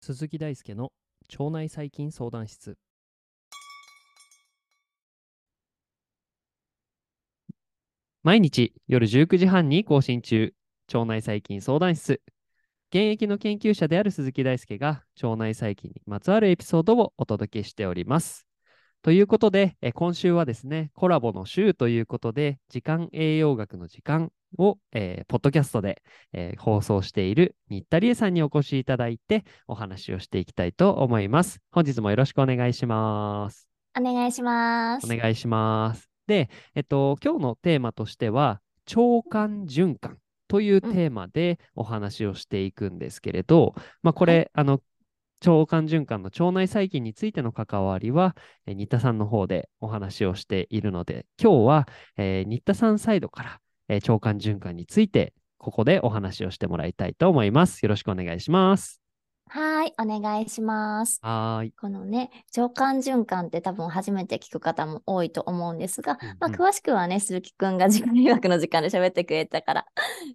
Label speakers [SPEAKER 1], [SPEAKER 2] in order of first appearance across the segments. [SPEAKER 1] 鈴木大輔の腸内細菌相談室毎日夜19時半に更新中腸内細菌相談室現役の研究者である鈴木大輔が腸内細菌にまつわるエピソードをお届けしておりますということでえ今週はですねコラボの週ということで時間栄養学の時間を、えーポッドキャストで、えー放送している新田理恵さんにお越しいただいてお話をしていきたいと思います。本日もよろしくお願いします。
[SPEAKER 2] お願いします。
[SPEAKER 1] お願いします。で、えっと、今日のテーマとしては、腸管循環というテーマでお話をしていくんですけれど、まあ、これ、あの、腸管循環の腸内細菌についての関わりは、えー新田さんの方でお話をしているので、今日は、えー新田さんサイドから、えー腸管循環について、ここでお話をしてもらいたいと思います。よろしくお願いします。
[SPEAKER 2] はーい、お願いします。
[SPEAKER 1] はーい。
[SPEAKER 2] このね、腸管循環って多分初めて聞く方も多いと思うんですが、まあ、
[SPEAKER 1] うんうん
[SPEAKER 2] 詳しくはね、鈴木くんが 時間留学の時間で喋ってくれたから、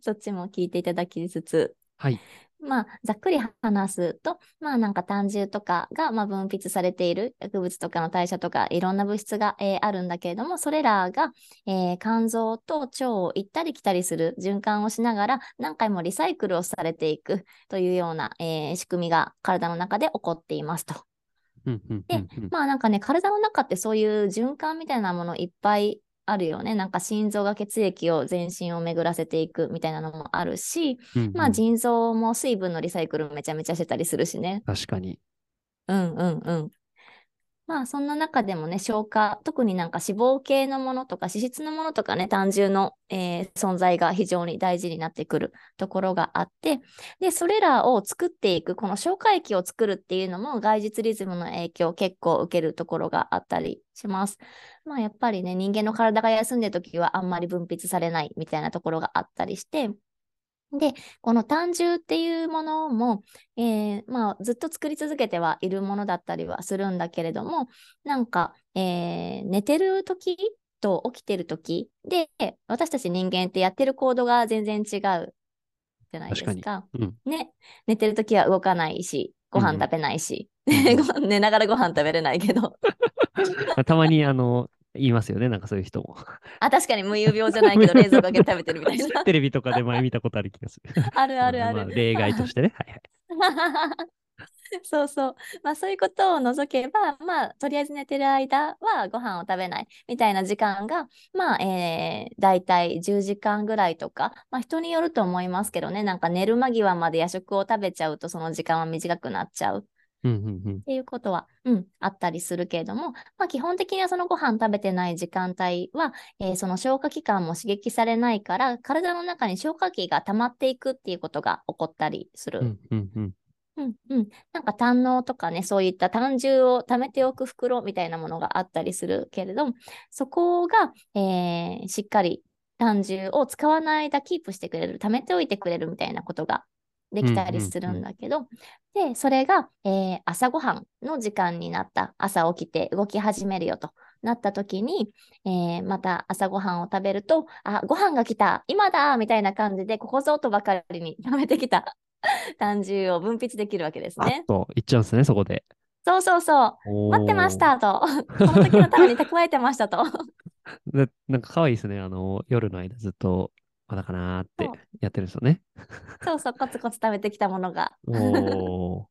[SPEAKER 2] そっちも聞いていただきつつ、
[SPEAKER 1] はい。
[SPEAKER 2] まあ、ざっくり話すと、まあなんか胆汁とかが、まあ、分泌されている薬物とかの代謝とかいろんな物質が、えーあるんだけれども、それらが、えー肝臓と腸を行ったり来たりする循環をしながら何回もリサイクルをされていくというような、えー仕組みが体の中で起こっていますと。
[SPEAKER 1] うんうんうんうん
[SPEAKER 2] まあなんかね、体の中ってそういう循環みたいなものいっぱいあるよね。なんか心臓が血液を全身を巡らせていくみたいなのもあるし、
[SPEAKER 1] うんうん
[SPEAKER 2] まあ腎臓も水分のリサイクルめちゃめちゃしてたりするしね。
[SPEAKER 1] 確かに。
[SPEAKER 2] うんうんうん。まあそんな中でもね、消化、特になんか脂肪系のものとか脂質のものとかね、単純の、えー存在が非常に大事になってくるところがあって、で、それらを作っていく、この消化液を作るっていうのも外実リズムの影響を結構受けるところがあったりします。まあやっぱりね、人間の体が休んでる時はあんまり分泌されないみたいなところがあったりして、で、この単汁っていうものも、えーまあ、ずっと作り続けてはいるものだったりはするんだけれども、なんか、えー寝てる時と起きてる時で、私たち人間ってやってる行動が全然違うじゃないですか。
[SPEAKER 1] 確かうん
[SPEAKER 2] ね、寝てる時は動かないし、ご
[SPEAKER 1] うん
[SPEAKER 2] 飯食べないし、
[SPEAKER 1] うん
[SPEAKER 2] ご飯寝ながらご飯食べれないけど、
[SPEAKER 1] まあたまに、あの、言いますよね、なんかそういう人も。
[SPEAKER 2] あ、確かに 無遊病じゃない けど、冷蔵庫開けて食べてるみたい な。
[SPEAKER 1] テレビとかで前見たことある気がする。
[SPEAKER 2] あるあるあ
[SPEAKER 1] ま
[SPEAKER 2] る。
[SPEAKER 1] 例外としてね。はいはい。
[SPEAKER 2] そうそう。まあそういうことを除けば、まあとりあえず寝てる間はご飯を食べないみたいな時間が、まあ、えー、大体10時間ぐらいとか、まあ人によると思いますけどね、なんか寝る間際まで夜食を食べちゃうとその時間は短くなっちゃう
[SPEAKER 1] うんうんうん。
[SPEAKER 2] っていうことは、うん、あったりするけれども、まあ、基本的にはそのご飯食べてない時間帯は、えーその消化器官も刺激されないから、体の中に消化器が溜まっていくっていうことが起こったりする。
[SPEAKER 1] うんうんうん。
[SPEAKER 2] うんうん、なんか胆のとかね、そういった胆汁を溜めておく袋みたいなものがあったりするけれども、そこが、えーしっかり胆汁を使わない間キープしてくれる、溜めておいてくれるみたいなことができたりするんだけど、で、それが、えー朝ごはんの時間になった、朝起きて動き始めるよとなった時に、えーまた朝ごはんを食べると、あ、ご飯が来た、今だみたいな感じで、ここぞとばかりに 溜めてきた胆汁を分泌できるわけです
[SPEAKER 1] あっ
[SPEAKER 2] ね。
[SPEAKER 1] と、言っちゃうんですね、そこで。
[SPEAKER 2] そうそうそう、待ってまし。たと、この時のために蓄えてましたと。
[SPEAKER 1] ななんか可 愛いですね。あの、夜の間ずっと、まだかなーって
[SPEAKER 2] そう
[SPEAKER 1] やってるんですよね。
[SPEAKER 2] そうそう、コツコツ貯めてきたものが、
[SPEAKER 1] おー。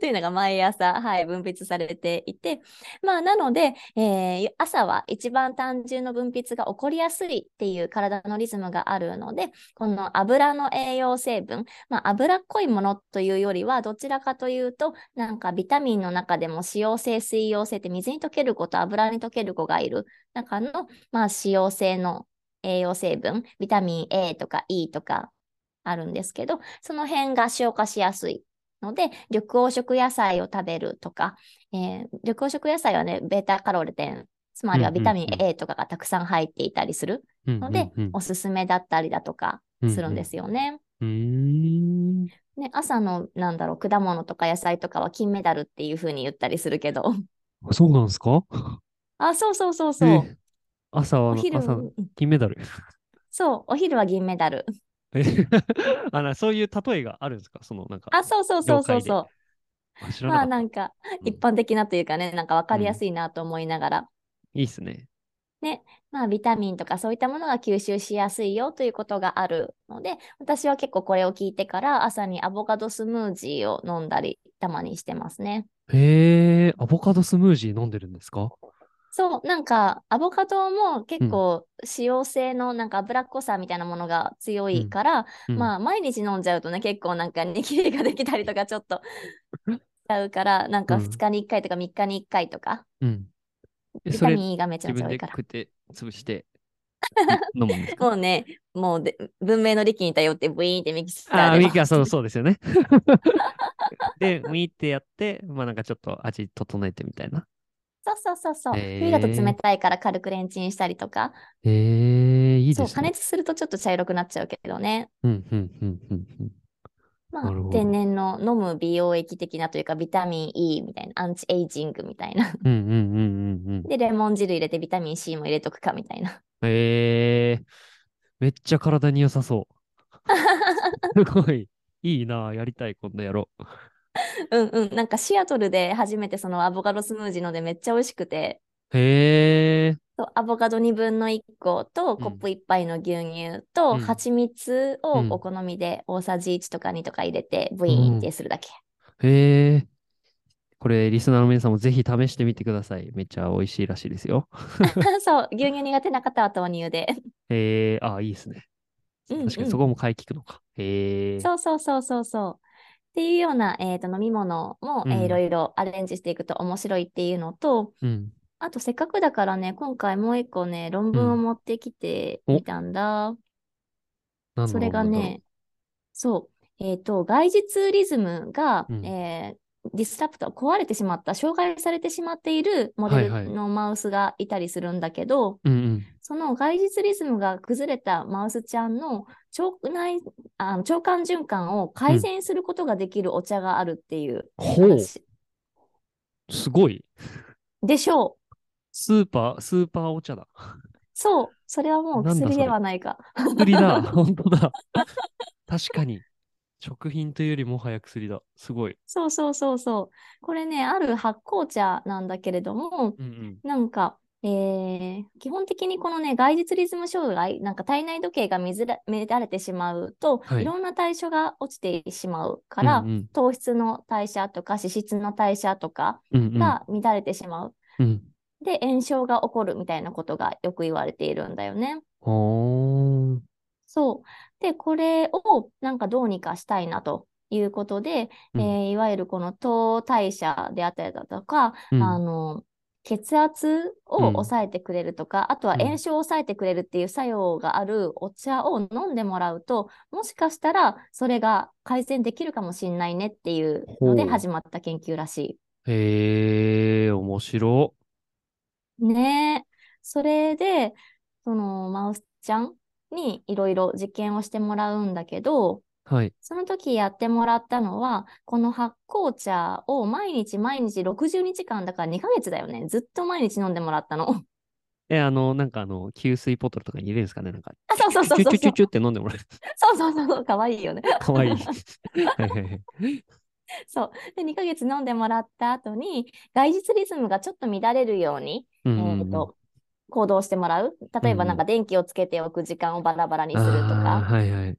[SPEAKER 2] というのが毎朝、はい、分泌されていて、まあ、なので、えー朝は一番単純の分泌が起こりやすいっていう体のリズムがあるので、この油の栄養成分、まあ、油っこいものというよりは、どちらかというと、なんかビタミンの中でも脂溶性、水溶性って水に溶ける子と油に溶ける子がいる中の、まあ、脂溶性の栄養成分、ビタミン A とか E とかあるんですけど、その辺が消化しやすい。ので、緑黄色野菜を食べるとか、えー緑黄色野菜はね、ベータカロレテン、つまりはビタミ
[SPEAKER 1] うんう
[SPEAKER 2] ン A とかがたくさん入っていたりするので、おすすめだったりだとかするんです
[SPEAKER 1] よ。
[SPEAKER 2] よね。
[SPEAKER 1] うーん。
[SPEAKER 2] ね朝のなんだろう果物とか野菜とかは金メダルっていう風に言ったりするけど、
[SPEAKER 1] あそうなんですか
[SPEAKER 2] あ、そうそうそうそう。
[SPEAKER 1] えー朝は
[SPEAKER 2] お昼、
[SPEAKER 1] 朝
[SPEAKER 2] うん
[SPEAKER 1] 金メダル。
[SPEAKER 2] そう、お昼は銀メダル。
[SPEAKER 1] え あのそういう例えがあるんですかそのなんか。
[SPEAKER 2] あ、そうそうそうそう
[SPEAKER 1] 了
[SPEAKER 2] そ
[SPEAKER 1] あ知
[SPEAKER 2] う。
[SPEAKER 1] らな
[SPEAKER 2] ま
[SPEAKER 1] か
[SPEAKER 2] あ
[SPEAKER 1] った。
[SPEAKER 2] なんか
[SPEAKER 1] うん
[SPEAKER 2] 一般的なというかね、なんかわかりやすいなと思いながら、
[SPEAKER 1] いいっすね。
[SPEAKER 2] まあビタミンとかそういったものが吸収しやすいよということがあるので、私は結構これを聞いてから朝にアボカドスムージーを飲んだりたまにしてますね。
[SPEAKER 1] へえ、アボカドスムージー飲んでるんですか
[SPEAKER 2] そう、なんかアボカドも結構使用性のなんか脂っこさみたいなものが強いから、ま
[SPEAKER 1] あ、
[SPEAKER 2] あ毎日飲んじゃうとね結構なんかニキビができたりとかちょっとしちゃうからなんか
[SPEAKER 1] うん
[SPEAKER 2] 2日に1回とか3日に1回とか
[SPEAKER 1] うん。え
[SPEAKER 2] ビ
[SPEAKER 1] そ
[SPEAKER 2] タ
[SPEAKER 1] れ
[SPEAKER 2] ミン E がめちゃ
[SPEAKER 1] 自
[SPEAKER 2] めち
[SPEAKER 1] 分
[SPEAKER 2] ゃ多
[SPEAKER 1] で
[SPEAKER 2] いから
[SPEAKER 1] 食って潰 してい飲むんですか
[SPEAKER 2] もうねもうで文明の利器に頼ってブイーンってミキサーで
[SPEAKER 1] ああー、ウィーク
[SPEAKER 2] バー
[SPEAKER 1] は
[SPEAKER 2] ッ
[SPEAKER 1] そう
[SPEAKER 2] と
[SPEAKER 1] そうですよ ね。で、ウィーってやって、まあなんかちょっと味整えてみたいな。
[SPEAKER 2] そうそうそうそう
[SPEAKER 1] へー
[SPEAKER 2] 冬だと冷たいから軽くレンチンしたりとか
[SPEAKER 1] へえ、いい
[SPEAKER 2] そ
[SPEAKER 1] で
[SPEAKER 2] う
[SPEAKER 1] す
[SPEAKER 2] 加
[SPEAKER 1] ね。
[SPEAKER 2] 熱するとちょっと茶色くなっちゃうけどね
[SPEAKER 1] うん、うん、うん、うんうん。
[SPEAKER 2] ま
[SPEAKER 1] な
[SPEAKER 2] あ
[SPEAKER 1] るほど
[SPEAKER 2] 天然の飲む美容液的なというかビタミン E みたいなアンチエイジングみたいな
[SPEAKER 1] うん、うん、うん、うん、うん。
[SPEAKER 2] でレモン汁入れてビタミン C も入れとくかみたいな
[SPEAKER 1] ええ、めっちゃ体に良さそう。すごい。いいなあやりたい、今度やろう。
[SPEAKER 2] うんうん、なんかシアトルで初めてそのアボカドスムージー飲んでめっちゃ美味しくて、
[SPEAKER 1] へえ、
[SPEAKER 2] そうアボカド2分の1個
[SPEAKER 1] う
[SPEAKER 2] と
[SPEAKER 1] ん
[SPEAKER 2] コップ1杯の牛乳
[SPEAKER 1] う
[SPEAKER 2] と
[SPEAKER 1] ん
[SPEAKER 2] 蜂蜜を
[SPEAKER 1] うん
[SPEAKER 2] お好みで大さじ1とか2とか入れてブイーンってするだけ。
[SPEAKER 1] へえ。これ、リスナーの皆さんもぜひ試してみてください。めっちゃ美味しいらしいですよ。
[SPEAKER 2] そう、牛乳苦手な方は豆乳で。
[SPEAKER 1] へえ、あ、いいですね。
[SPEAKER 2] うんうん
[SPEAKER 1] 確かにそこも買い聞くのか。へえ。
[SPEAKER 2] そうそうそうそうそう。っていうような、えー、と飲み物も、えー
[SPEAKER 1] うん
[SPEAKER 2] いろいろアレンジしていくと面白いっていうのと、
[SPEAKER 1] うん。
[SPEAKER 2] あとせっかくだからね、今回もう一個ね、論文を持ってきて
[SPEAKER 1] うんお
[SPEAKER 2] みたんだ。
[SPEAKER 1] 何の
[SPEAKER 2] それが
[SPEAKER 1] 論文だろう
[SPEAKER 2] ね、そう、えっ、と、外事ツーリズムが、
[SPEAKER 1] うん
[SPEAKER 2] えーディスラプト、壊れてしまった、障害されてしまっているモデ
[SPEAKER 1] はいは
[SPEAKER 2] ル
[SPEAKER 1] い
[SPEAKER 2] のマウスがいたりするんだけど、
[SPEAKER 1] うんうん。
[SPEAKER 2] その外事ツーリズムが崩れたマウスちゃんの腸内あの腸管循環を改善することができるお茶があるっていう
[SPEAKER 1] ほう、
[SPEAKER 2] 話、
[SPEAKER 1] すごい。
[SPEAKER 2] でしょう。
[SPEAKER 1] スーパー、スーパーお茶だ。
[SPEAKER 2] そう、それはもう
[SPEAKER 1] なんだ
[SPEAKER 2] 薬
[SPEAKER 1] それ
[SPEAKER 2] ではないか。
[SPEAKER 1] 薬 だ、本当だ。確かに。食品というよりもはや薬だ。すごい。
[SPEAKER 2] そうそうそうそう。これね、ある発酵茶なんだけれども、
[SPEAKER 1] うんうん。
[SPEAKER 2] なんか、えー基本的にこのね、外実リズム障害、なんか体内時計が乱れ乱れてしまうと、
[SPEAKER 1] はい
[SPEAKER 2] いろんな代謝が落ちてしまうから、
[SPEAKER 1] うんうん
[SPEAKER 2] 糖質の代謝とか脂質の代謝とか
[SPEAKER 1] うんうん
[SPEAKER 2] が乱れてしまう。
[SPEAKER 1] うん。
[SPEAKER 2] で、炎症が起こるみたいなことがよく言われているんだよね。
[SPEAKER 1] ほー
[SPEAKER 2] そう。で、これをなんかどうにかしたいなということで、
[SPEAKER 1] うん
[SPEAKER 2] えーいわゆるこの糖代謝であったりだとか、
[SPEAKER 1] うん
[SPEAKER 2] あの、血圧
[SPEAKER 1] う
[SPEAKER 2] を
[SPEAKER 1] ん
[SPEAKER 2] 抑えてくれるとか、あとは
[SPEAKER 1] うん
[SPEAKER 2] 炎症を抑えてくれるっていう作用があるお茶を飲んでもらうと、もしかしたらそれが改善できるかもしれないねっていうので
[SPEAKER 1] ほう
[SPEAKER 2] 始まった研究らし
[SPEAKER 1] へえ、面白。
[SPEAKER 2] い。ねえ。それで、そのマウスちゃんにいろいろ実験をしてもらうんだけど、
[SPEAKER 1] はい。
[SPEAKER 2] その時やってもらったのは、この発酵茶を毎日毎日60日間だから2ヶ月だよね。ずっと毎日飲んでもらったの。
[SPEAKER 1] え、あの、なんかあの、給水ボトルとかに入れるんですかねなんか、
[SPEAKER 2] あ、そうそう
[SPEAKER 1] チ
[SPEAKER 2] そう
[SPEAKER 1] ュ
[SPEAKER 2] そ
[SPEAKER 1] チュチ
[SPEAKER 2] うそ
[SPEAKER 1] ュ
[SPEAKER 2] う。
[SPEAKER 1] チュって飲んでもらえる。
[SPEAKER 2] そうそうそうそう。かわいいよね。
[SPEAKER 1] か わいい。はいはいはい。
[SPEAKER 2] そう。で、2ヶ月飲んでもらった後に、外実リズムがちょっと乱れるように、
[SPEAKER 1] うん
[SPEAKER 2] え
[SPEAKER 1] うん
[SPEAKER 2] ー
[SPEAKER 1] うん。
[SPEAKER 2] と、行動してもらう。例えば、なんか電気をつけておく時間をバラバラにすると
[SPEAKER 1] あ
[SPEAKER 2] か
[SPEAKER 1] ー。はいはい。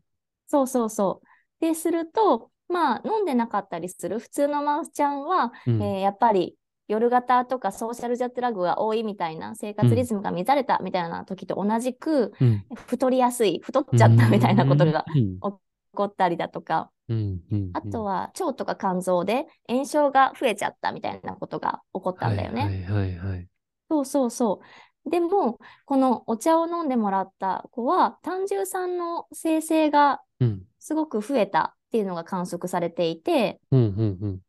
[SPEAKER 2] そうそうそう。で、すると、まあ、飲んでなかったりする普通のマウスちゃんは、
[SPEAKER 1] うん
[SPEAKER 2] えーやっぱり夜型とかソーシャルジャットラグが多いみたいな生活リズムが乱れたみたいな時と同じく、
[SPEAKER 1] うん
[SPEAKER 2] 太りやすい、太っちゃったみたいなことが起
[SPEAKER 1] うん
[SPEAKER 2] こったりだとか、
[SPEAKER 1] うんうん。
[SPEAKER 2] あとは腸とか肝臓で炎症が増えちゃったみたいなことが起こったんだよね。
[SPEAKER 1] はいはいはいはい。
[SPEAKER 2] そうそうそう。でも、このお茶を飲んでもらった子は、胆汁酸の生成が
[SPEAKER 1] うん。
[SPEAKER 2] すごく増えたっていうのが観測されていて、
[SPEAKER 1] うんうんうん。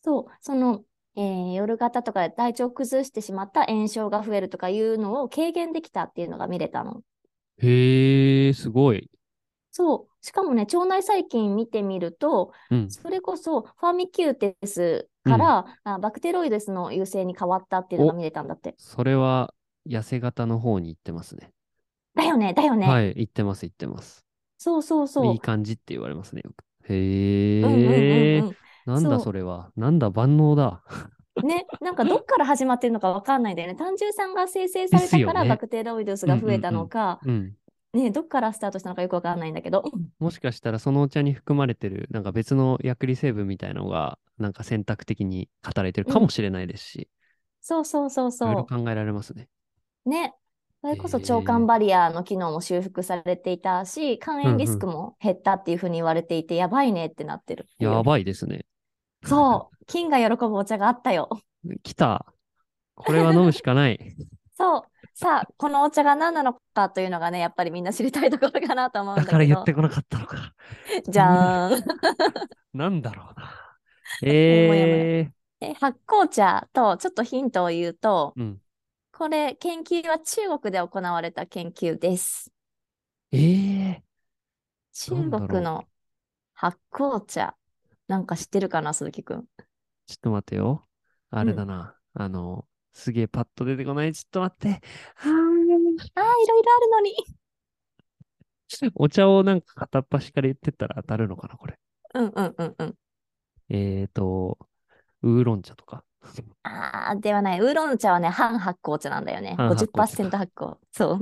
[SPEAKER 2] そう、その、えー夜型とかで体調を崩してしまった炎症が増えるとかいうのを軽減できたっていうのが見れたの。
[SPEAKER 1] へえ、すごい。
[SPEAKER 2] そう、しかもね、腸内細菌見てみると、
[SPEAKER 1] うん。
[SPEAKER 2] それこそファミキューテスから、あバクテロイデスの優勢に変わったっていうのが見れたんだって。
[SPEAKER 1] それは痩せ型の方に行ってますね。
[SPEAKER 2] だよね、だよね。
[SPEAKER 1] はい、行ってます、行ってます。
[SPEAKER 2] そうそうそう。
[SPEAKER 1] いい感じって言われますね、よく。へえ、
[SPEAKER 2] うんうんうん
[SPEAKER 1] なんだ
[SPEAKER 2] そう
[SPEAKER 1] それは。なんだ万能だ。
[SPEAKER 2] うん、ね、なんかどっから始まってるのかわかんないんだよね。単純酸が生成され
[SPEAKER 1] です
[SPEAKER 2] た
[SPEAKER 1] よ
[SPEAKER 2] から
[SPEAKER 1] ね
[SPEAKER 2] バクテロイデスが増えたのか、
[SPEAKER 1] うん。
[SPEAKER 2] ね、どっからスタートしたのかよくわかんないんだけど、
[SPEAKER 1] もしかしたらそのお茶に含まれてる、なんか別の薬理成分みたいなのが、なんか選択的に働いてるかもしれないですし、
[SPEAKER 2] そうそうそう
[SPEAKER 1] いろいろ
[SPEAKER 2] そ
[SPEAKER 1] 考えられますね。
[SPEAKER 2] う。ね。それこそ
[SPEAKER 1] へえ
[SPEAKER 2] 腸管バリアの機能も修復されていたし、肝炎リスクも減ったっていうふうに言われていて、やばいねってなってる。
[SPEAKER 1] やばいですね。
[SPEAKER 2] そう。菌が喜ぶお茶があったよ。
[SPEAKER 1] 来た。これは飲むしかない。
[SPEAKER 2] そう。さあ、このお茶が何なのかというのがね、やっぱりみんな知りたいところ かなと思うん
[SPEAKER 1] だ
[SPEAKER 2] だけど。
[SPEAKER 1] から言ってこなかったのか。
[SPEAKER 2] じゃーん。
[SPEAKER 1] なんだろうな。
[SPEAKER 2] もやもや
[SPEAKER 1] え
[SPEAKER 2] え発酵茶とちょっとヒントを言うと、
[SPEAKER 1] ー、うん。
[SPEAKER 2] これ研究は中国で行われた研究です。
[SPEAKER 1] えー、
[SPEAKER 2] 中
[SPEAKER 1] なんだろう
[SPEAKER 2] 国の発酵茶。なんか知ってるかな、鈴木くん。
[SPEAKER 1] ちょっと待てよ。あれだな。あの、すげえパッと出てこない。ちょっと待って。はー
[SPEAKER 2] ああ、いろいろあるのに。
[SPEAKER 1] お茶をなんか片っ端から言ってったら当たるのかな、これ。
[SPEAKER 2] うんうんうんうん。
[SPEAKER 1] えーと、ウーロン茶とか。
[SPEAKER 2] ああ、ではない。ウーロン茶はね、半発酵茶なんだよね。
[SPEAKER 1] 半発酵茶
[SPEAKER 2] 50%発酵。そう。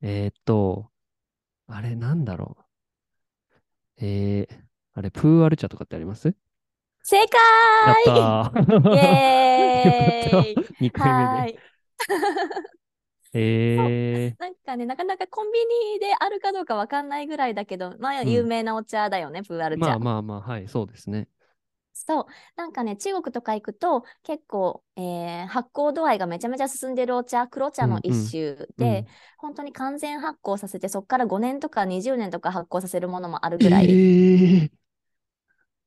[SPEAKER 1] えーと、あれなんだろう。えー、あれ、プーアル茶とかってあります
[SPEAKER 2] 正
[SPEAKER 1] やっ
[SPEAKER 2] 解
[SPEAKER 1] た
[SPEAKER 2] イ
[SPEAKER 1] ー
[SPEAKER 2] エーイ
[SPEAKER 1] 2回
[SPEAKER 2] は
[SPEAKER 1] 目
[SPEAKER 2] ー
[SPEAKER 1] で。
[SPEAKER 2] い。
[SPEAKER 1] えー、
[SPEAKER 2] なんかね、なかなかコンビニであるかどうかわかんないぐらいだけど、まあ、
[SPEAKER 1] うん
[SPEAKER 2] 有名なお茶だよね、プーアル茶。
[SPEAKER 1] まあまあまあ、はい、そうですね。
[SPEAKER 2] そう、なんかね、中国とか行くと、結構、えー発酵度合いがめちゃめちゃ進んでるお茶、黒茶の一種で、
[SPEAKER 1] うん
[SPEAKER 2] 本当に完全発酵させて、そこから5年とか20年とか発酵させるものもある
[SPEAKER 1] え
[SPEAKER 2] ぐらい。
[SPEAKER 1] ー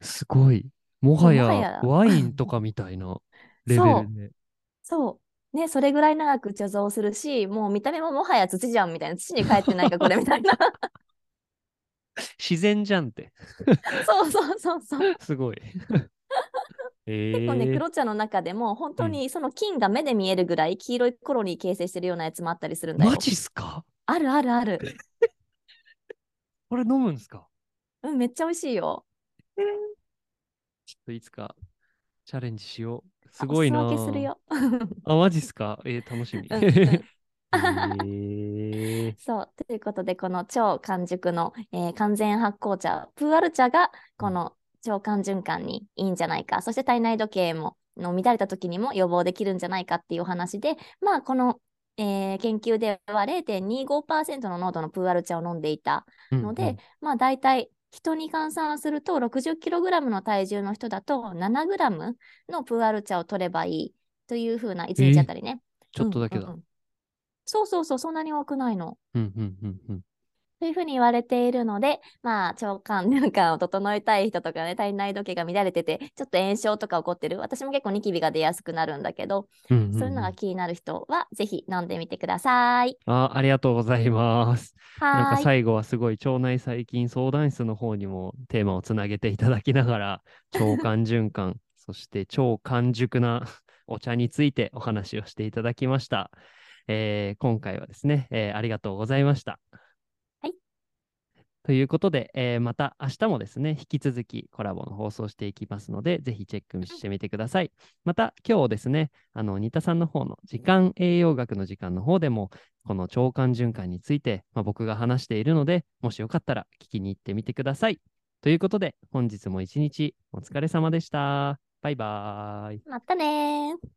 [SPEAKER 1] すごい。もは
[SPEAKER 2] もは
[SPEAKER 1] や
[SPEAKER 2] や
[SPEAKER 1] ワインとかみたい なレベルで。
[SPEAKER 2] そう。ね、それぐらい長く貯蔵するし、もう見た目ももはや土じゃんみたいな、土に帰ってな いか、これみたいな。
[SPEAKER 1] 自然じゃんって。
[SPEAKER 2] そうそうそうそう。
[SPEAKER 1] すご い。え
[SPEAKER 2] 結構ね、
[SPEAKER 1] ー
[SPEAKER 2] 黒茶の中でも、本
[SPEAKER 1] う
[SPEAKER 2] 当
[SPEAKER 1] ん
[SPEAKER 2] にその菌が目で見えるぐらい、黄色いコロニー形成してるようなやつもあったりするんだよ
[SPEAKER 1] マ。ジっすか
[SPEAKER 2] あるあるある。
[SPEAKER 1] これ飲むんすか
[SPEAKER 2] うん、めっちゃ美味しいよ。
[SPEAKER 1] ちょっといつかチャレンジしよう。
[SPEAKER 2] あ
[SPEAKER 1] すごいな
[SPEAKER 2] お裾分けする
[SPEAKER 1] ぁ。
[SPEAKER 2] よ。
[SPEAKER 1] あ、マジっすかえー楽しみ。
[SPEAKER 2] うんうん
[SPEAKER 1] えー
[SPEAKER 2] そう、ということで、この超完熟の、えー完全発酵茶、プーアル茶が、この腸管循環にいいんじゃないか、そして体内時計もの乱れた時にも予防できるんじゃないかっていうお話で、まあ、この、えー研究では0.25%の濃度のプーアル茶を飲んでいた
[SPEAKER 1] うん
[SPEAKER 2] ので、まあ、大体人に換算すると 60kg の体重の人だと 7g のプーアル茶を取ればいいというふうな1日あたりね。
[SPEAKER 1] ちょっとだけ
[SPEAKER 2] うんう
[SPEAKER 1] だ
[SPEAKER 2] んう。んそうそうそう、そんなに多くないの。
[SPEAKER 1] うんうんうんうん。
[SPEAKER 2] というふうに言われているので、まあ、腸管循環を整えたい人とかね、体内時計が乱れてて、ちょっと炎症とか起こってる、私も結構ニキビが出やすくなるんだけど、
[SPEAKER 1] うんうんうん
[SPEAKER 2] そういうのが気になる人は、ぜひ飲んでみてください。
[SPEAKER 1] あ、ありがとうございます。なん
[SPEAKER 2] は
[SPEAKER 1] か
[SPEAKER 2] ーい。
[SPEAKER 1] 最後はすごい腸内細菌相談室の方にもテーマをつなげていただきなが ら腸管循環そして超完熟なお茶についてお話をしていただきました。えー今回はですね、えーありがとうございました。
[SPEAKER 2] はい。
[SPEAKER 1] ということで、えーまた明日もですね、引き続きコラボの放送していきますので、ぜひチェックしてみてください。また今日ですね、あの、新田さんの方の時間栄養学の時間の方でも、この腸管循環について、まあ、僕が話しているので、もしよかったら聞きに行ってみてください。ということで、本日も一日お疲れ様でした。バイバーイ。
[SPEAKER 2] またねー。